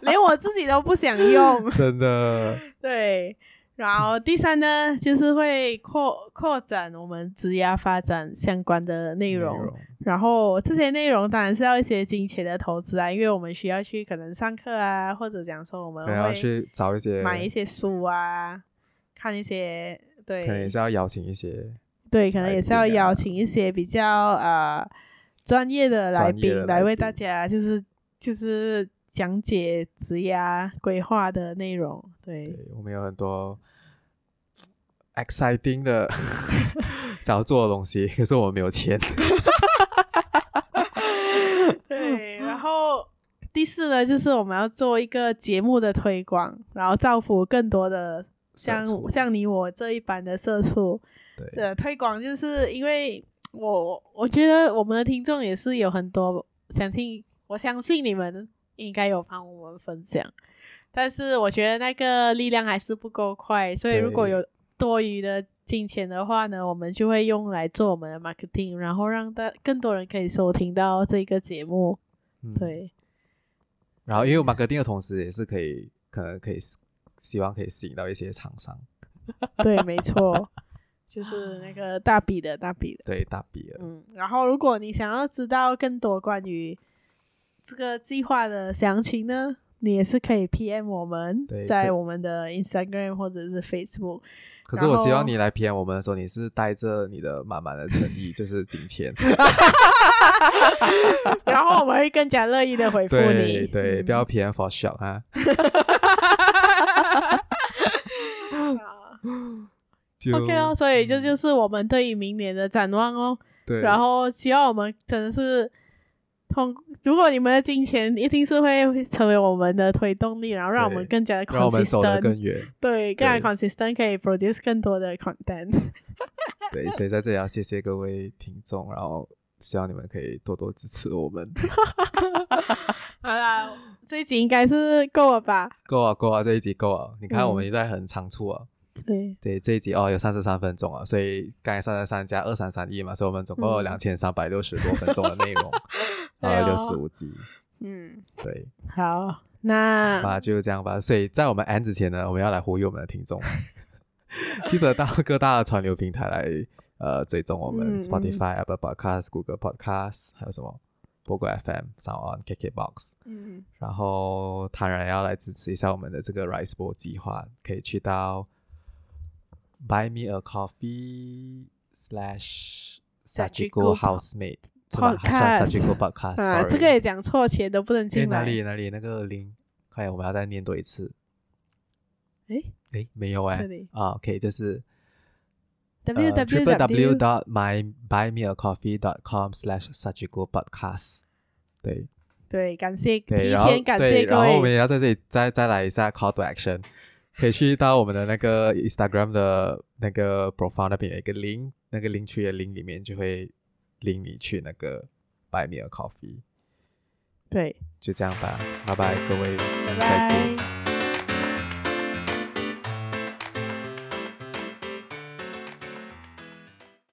Speaker 2: 连我自己都不想用。
Speaker 1: 真的，
Speaker 2: 对，然后第三呢，就是会扩扩展我们职业发展相关的 内容。然后这些内容当然是要一些金钱的投资啊，因为我们需要去可能上课啊，或者讲说我们
Speaker 1: 可能要
Speaker 2: 会
Speaker 1: 去找一些，
Speaker 2: 买一些书啊，看一些
Speaker 1: 可能也
Speaker 2: 对
Speaker 1: 是要邀请一些
Speaker 2: 对，可能也是要
Speaker 1: 来宾啊
Speaker 2: 邀请一些比较呃专业的来
Speaker 1: 专业
Speaker 2: 宾
Speaker 1: 的来
Speaker 2: 来为
Speaker 1: 宾
Speaker 2: 大家就是就是讲解职业规划的内容，对
Speaker 1: 对我们有很多 exciting 的 想要做的东西，可是我们没有钱。
Speaker 2: 对，
Speaker 1: 嗯
Speaker 2: 然后第四呢，就是我们要做一个节目的推广，然后造福更多的像
Speaker 1: 社畜
Speaker 2: 像你我这一般的社畜。
Speaker 1: 对，
Speaker 2: 的推广，就是因为我我觉得我们的听众也是有很多，相信我相信你们应该有帮我们分享，但是我觉得那个力量还是不够快，所以
Speaker 1: 对
Speaker 2: 如果有多余的金钱的话呢，我们就会用来做我们的 marketing，然后让大更多人可以收听到这个节目。
Speaker 1: 嗯。
Speaker 2: 对，
Speaker 1: 然后，因为我
Speaker 2: 嗯
Speaker 1: marketing 的同时，也是可以，可能可以希望可以吸引到一些厂商，
Speaker 2: 对，没错， 就是那个大笔的大笔的。
Speaker 1: 对大笔了。
Speaker 2: 嗯，然后如果你想要知道更多关于这个计划的详情呢，你也是可以 PM 我们
Speaker 1: 对，
Speaker 2: 在
Speaker 1: 可
Speaker 2: 我们的 Instagram 或者是 Facebook。
Speaker 1: 可是我希
Speaker 2: 然后
Speaker 1: 望你来 PM 我们的时候，你是带着你的满满的诚 意，就是金钱。
Speaker 2: 然后我们会更加乐意的回复
Speaker 1: 对
Speaker 2: 你。
Speaker 1: 对，
Speaker 2: 嗯
Speaker 1: 不要 PM for shock 啊，就嗯
Speaker 2: OK 哦，所以这就是我们对于明年的展望哦。
Speaker 1: 对，
Speaker 2: 然后希望我们真的是通，如果你们的金钱一定是会成为我们的推动力，然后让我们
Speaker 1: 对
Speaker 2: 更加的
Speaker 1: 让我们走得
Speaker 2: consistent，
Speaker 1: 更远。
Speaker 2: 对，更加
Speaker 1: 对
Speaker 2: consistent 可以 produce 更多的 content。
Speaker 1: 对，所以在这里要谢谢各位听众，然后希望你们可以多多支持我们。
Speaker 2: 好啦，这一集应该是够了吧？
Speaker 1: 够啊够啊，这一集够啊！你看
Speaker 2: 嗯
Speaker 1: 我们一在很仓促啊。
Speaker 2: 对，
Speaker 1: 对，这一集哦有三十三分钟啊，所以刚才三十三加二三三一嘛，所以我们总共有
Speaker 2: 嗯
Speaker 1: 两千三百六十多分钟的内 容，然后
Speaker 2: 对
Speaker 1: 六
Speaker 2: 哦
Speaker 1: 十五集。
Speaker 2: 嗯，
Speaker 1: 对，
Speaker 2: 好，那
Speaker 1: 那就这样吧。所以在我们 end 之前呢，我们要来呼吁我们的听众，啊记得到各大传流平台来呃追踪我
Speaker 2: 嗯
Speaker 1: 们
Speaker 2: 嗯
Speaker 1: Spotify、Apple Podcast、Google Podcast，还有什么 Google FM、Sound On、KKBox。
Speaker 2: 嗯，
Speaker 1: 然后当然要来支持一下我们的这个 Rice Bowl 计划，可以去到 Buy Me a Coffee slash Sachiko
Speaker 2: Sachiko
Speaker 1: Housemate 是吧？还是
Speaker 2: Podcast
Speaker 1: Sachiko Podcast？
Speaker 2: 啊，
Speaker 1: sorry
Speaker 2: 这个也讲错，钱都不能
Speaker 1: 诶
Speaker 2: 进
Speaker 1: 哪
Speaker 2: 来。
Speaker 1: 里哪里那个零，快点，我们要再念多一次。
Speaker 2: 诶
Speaker 1: 诶，没有哎、
Speaker 2: 这里
Speaker 1: 啊，OK，就是
Speaker 2: ，w w
Speaker 1: 呃 triple w
Speaker 2: w
Speaker 1: dot my buy me a coffee dot com slash Sachiko Podcast。对，
Speaker 2: 对，感谢
Speaker 1: 对，
Speaker 2: 提
Speaker 1: 然后
Speaker 2: 前感
Speaker 1: 对
Speaker 2: 谢各
Speaker 1: 然后我们
Speaker 2: 位。
Speaker 1: 也要在这里再再来一下 call to action，可以去到我们的那个 Instagram 的那个 profile 那边有一个 link，那个 link 区的 link 里面就会领你去那个 Buy Me a Coffee，
Speaker 2: 对，
Speaker 1: 就这样吧，拜拜各位，
Speaker 2: 拜
Speaker 1: 再见。
Speaker 2: 拜。